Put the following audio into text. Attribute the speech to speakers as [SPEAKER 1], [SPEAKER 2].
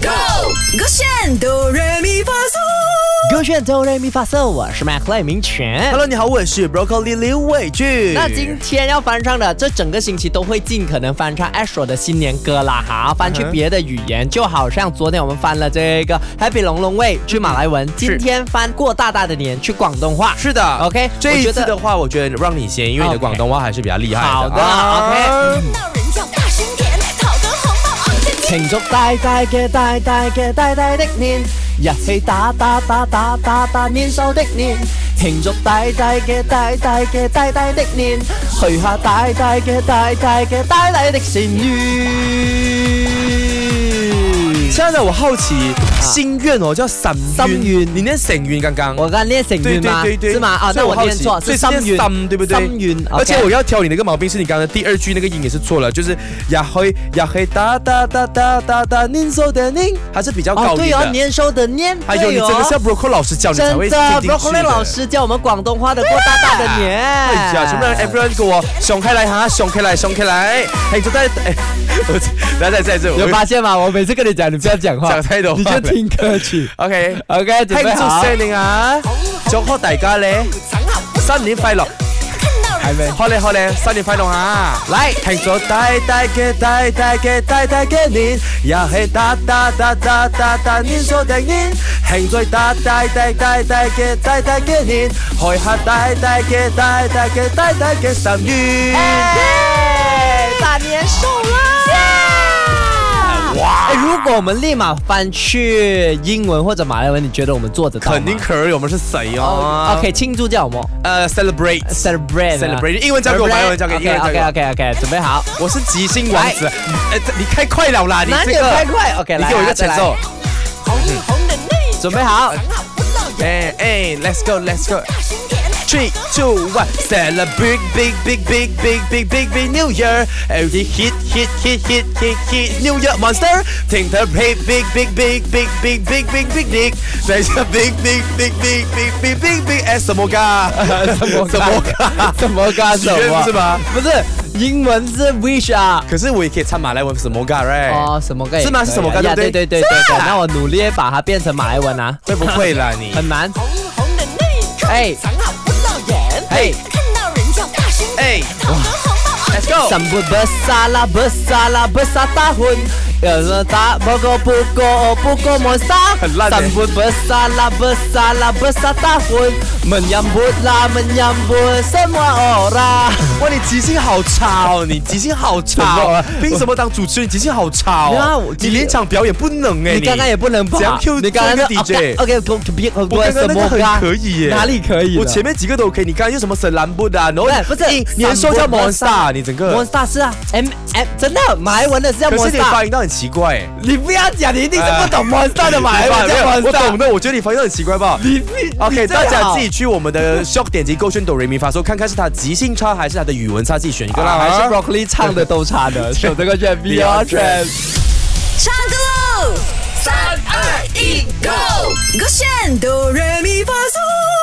[SPEAKER 1] Go，勾选哆来咪发嗦。
[SPEAKER 2] 歌炫哆瑞咪发嗦，我是麦克赖明全。
[SPEAKER 3] Hello，你好，我是 Broccoli 刘伟俊。
[SPEAKER 2] 那今天要翻唱的，这整个星期都会尽可能翻唱 Astro 的新年歌啦哈，翻去
[SPEAKER 3] 嗯哼
[SPEAKER 2] 别的语言就好像昨天我们翻了这个 Happy 龙龙味去马来文，今天翻过大大的年去广东话。
[SPEAKER 3] 是的
[SPEAKER 2] OK，
[SPEAKER 3] 这
[SPEAKER 2] 我
[SPEAKER 3] 一
[SPEAKER 2] 觉
[SPEAKER 3] 次
[SPEAKER 2] 得
[SPEAKER 3] 的话，我觉得让你先，因为你的
[SPEAKER 2] OK
[SPEAKER 3] 广东话还是比较厉害的。
[SPEAKER 2] 好的
[SPEAKER 3] 啊
[SPEAKER 2] OK
[SPEAKER 1] 闹人要大声点，讨个红包昂天天。
[SPEAKER 2] 请祝大大嘅大大嘅大大的年，日气打打打打打打年兽的年。庆祝大大嘅大大嘅大大的年，去下大大嘅大大嘅大大的善缘。
[SPEAKER 3] 亲爱的，我好奇心愿哦，叫沈
[SPEAKER 2] 心愿
[SPEAKER 3] 你念沈愿刚刚。
[SPEAKER 2] 我刚念成
[SPEAKER 3] 对
[SPEAKER 2] 韵
[SPEAKER 3] 对
[SPEAKER 2] 吗？
[SPEAKER 3] 对对，
[SPEAKER 2] 是吗？啊，
[SPEAKER 3] 所以
[SPEAKER 2] 那我
[SPEAKER 3] 好
[SPEAKER 2] 念
[SPEAKER 3] 奇
[SPEAKER 2] 错，
[SPEAKER 3] 所
[SPEAKER 2] 是
[SPEAKER 3] 以
[SPEAKER 2] 心
[SPEAKER 3] 念
[SPEAKER 2] 韵，
[SPEAKER 3] Sam，对不对？
[SPEAKER 2] 心韵，
[SPEAKER 3] 而且
[SPEAKER 2] OK
[SPEAKER 3] 我要挑你那个毛病是你刚才第二句那个音也是错了，就是呀嘿呀嘿哒哒哒哒哒哒，您说的您还是比较
[SPEAKER 2] 哦，
[SPEAKER 3] 高
[SPEAKER 2] 对
[SPEAKER 3] 音
[SPEAKER 2] 哦，
[SPEAKER 3] 的。
[SPEAKER 2] 年收的年，
[SPEAKER 3] 哎呦，
[SPEAKER 2] 对
[SPEAKER 3] 你
[SPEAKER 2] 哦
[SPEAKER 3] 真的是要 Broccoli 老师教你才
[SPEAKER 2] 真
[SPEAKER 3] 会
[SPEAKER 2] 的
[SPEAKER 3] 听进去
[SPEAKER 2] b r o c c o l i 老师教我们广东话的过大大的年。
[SPEAKER 3] 哎呀，全部人 everyone 给我上开来哈，上开来，上开来！哎，就在 哎，我来来在这，我
[SPEAKER 2] 有发现吗？我每次跟你讲，你不要讲话，
[SPEAKER 3] 讲太多话
[SPEAKER 2] 你就听 歌曲。
[SPEAKER 3] OK，
[SPEAKER 2] OK，
[SPEAKER 3] 听
[SPEAKER 2] 准备好
[SPEAKER 3] 住。声令啊，祝贺大家咧，新年快樂！
[SPEAKER 1] 还没
[SPEAKER 3] 好嘞好嘞，新年快樂啊！
[SPEAKER 2] 来，
[SPEAKER 3] 慶祝大大嘅大大嘅大大嘅年，又係大大大大大大年數定年，慶祝大大大大大嘅大大嘅年，開下大大嘅大大嘅大大嘅心願。
[SPEAKER 2] 大年兽啦！哇！哎如果我们立马翻去英文或者马来文，你觉得我们做得到吗
[SPEAKER 3] 肯定可以，我们是谁
[SPEAKER 2] 哦
[SPEAKER 3] 啊
[SPEAKER 2] OK，庆祝叫什么
[SPEAKER 3] 呃，celebrate。
[SPEAKER 2] ？Celebrate 啊。
[SPEAKER 3] Celebrate，英文交给我，马来文交给，英文交
[SPEAKER 2] OK
[SPEAKER 3] 给
[SPEAKER 2] OK
[SPEAKER 3] 我。
[SPEAKER 2] OK OK，准备好。
[SPEAKER 3] 我是即兴王子，哎，这你太快了啦！你
[SPEAKER 2] 哪里
[SPEAKER 3] 这
[SPEAKER 2] 有
[SPEAKER 3] 个
[SPEAKER 2] 太快？OK，
[SPEAKER 3] 你
[SPEAKER 2] 来，
[SPEAKER 3] 给我一
[SPEAKER 2] 来
[SPEAKER 3] 个前，奏
[SPEAKER 2] 再。来准备好。
[SPEAKER 3] 哎哎，Let's go，Let's go。Three, two, one, celebrate big, big, big, big, big, big, big New Year. Every hit, hit, hit, hit, hit, hit New Year monster. Think the big, big, big, big, big, big, big, big, big, big. There's a big, big, big, big, big, big, big, big. 哎，什么歌？ 什么歌？
[SPEAKER 2] 什么歌手
[SPEAKER 3] 许愿
[SPEAKER 2] 啊？
[SPEAKER 3] 是吧？
[SPEAKER 2] 不是，英文是 wish 啊。
[SPEAKER 3] 可是我也可以唱马来文什么歌，right？
[SPEAKER 2] 哦，什么歌也可以啊？
[SPEAKER 3] 是吗是什么歌
[SPEAKER 2] 呀
[SPEAKER 3] 对
[SPEAKER 2] 对
[SPEAKER 3] 不对
[SPEAKER 2] 对对对对。那我努力把它变成马来文啊，
[SPEAKER 3] 会不会 啦你？
[SPEAKER 2] 很难。
[SPEAKER 1] 哎
[SPEAKER 2] 哎，
[SPEAKER 1] 长好不露眼，
[SPEAKER 2] 哎
[SPEAKER 1] 看到人要大声点
[SPEAKER 3] 哎，
[SPEAKER 1] 讨个红包昂
[SPEAKER 3] Let's go。
[SPEAKER 2] Sambut bersalah, bersalah, besar tahun Kalau tak pokok pukul, pukul monster
[SPEAKER 3] 很烂欸
[SPEAKER 2] Sambut bersalah, bersalah, besar tahun Menyambutlah, menyambut semua orang
[SPEAKER 3] 哇，你即兴好吵，你即兴好吵
[SPEAKER 2] 么，啊
[SPEAKER 3] 凭什么当主持人？即兴好吵
[SPEAKER 2] 没有啊
[SPEAKER 3] 哦
[SPEAKER 2] 我，
[SPEAKER 3] 你连场表演不能哎，
[SPEAKER 2] 你刚刚也不能不
[SPEAKER 3] 怎样
[SPEAKER 2] 好
[SPEAKER 3] Q
[SPEAKER 2] 你刚刚
[SPEAKER 3] 做一个 DJ
[SPEAKER 2] OK，我别很
[SPEAKER 3] 我
[SPEAKER 2] 多
[SPEAKER 3] 刚刚
[SPEAKER 2] 什
[SPEAKER 3] 那
[SPEAKER 2] 么
[SPEAKER 3] 个很
[SPEAKER 2] 歌
[SPEAKER 3] 可以耶，
[SPEAKER 2] 哪里可以了？
[SPEAKER 3] 我前面几个都可以，你刚刚用什么神兰布的啊，然后
[SPEAKER 2] 不是不是
[SPEAKER 3] 你连说叫
[SPEAKER 2] 啊
[SPEAKER 3] Monster，你整个，
[SPEAKER 2] Monster à? 是啊，M M 真的马来文的是叫
[SPEAKER 3] 可是你发
[SPEAKER 2] Monster，
[SPEAKER 3] 音到很奇怪哎，
[SPEAKER 2] 你不要讲，你一定
[SPEAKER 3] Ờ.
[SPEAKER 2] 是不懂 Monster 的马来文
[SPEAKER 3] 没有
[SPEAKER 2] 叫
[SPEAKER 3] 我
[SPEAKER 2] Monster，
[SPEAKER 3] 懂的，我觉得你发音到很奇怪吧。
[SPEAKER 2] 你啊你
[SPEAKER 3] OK，
[SPEAKER 2] 你最
[SPEAKER 3] 大家
[SPEAKER 2] 好
[SPEAKER 3] 自己去我们的 Shop 点击勾选哆瑞咪发嗦，看看是他即兴差还是他的语文差，自己选一个啦。
[SPEAKER 2] 啊还是 Broccoli 唱的都差的，选这个选 B 二选。
[SPEAKER 1] 唱歌喽！三二一，Go！勾选哆来咪发嗦。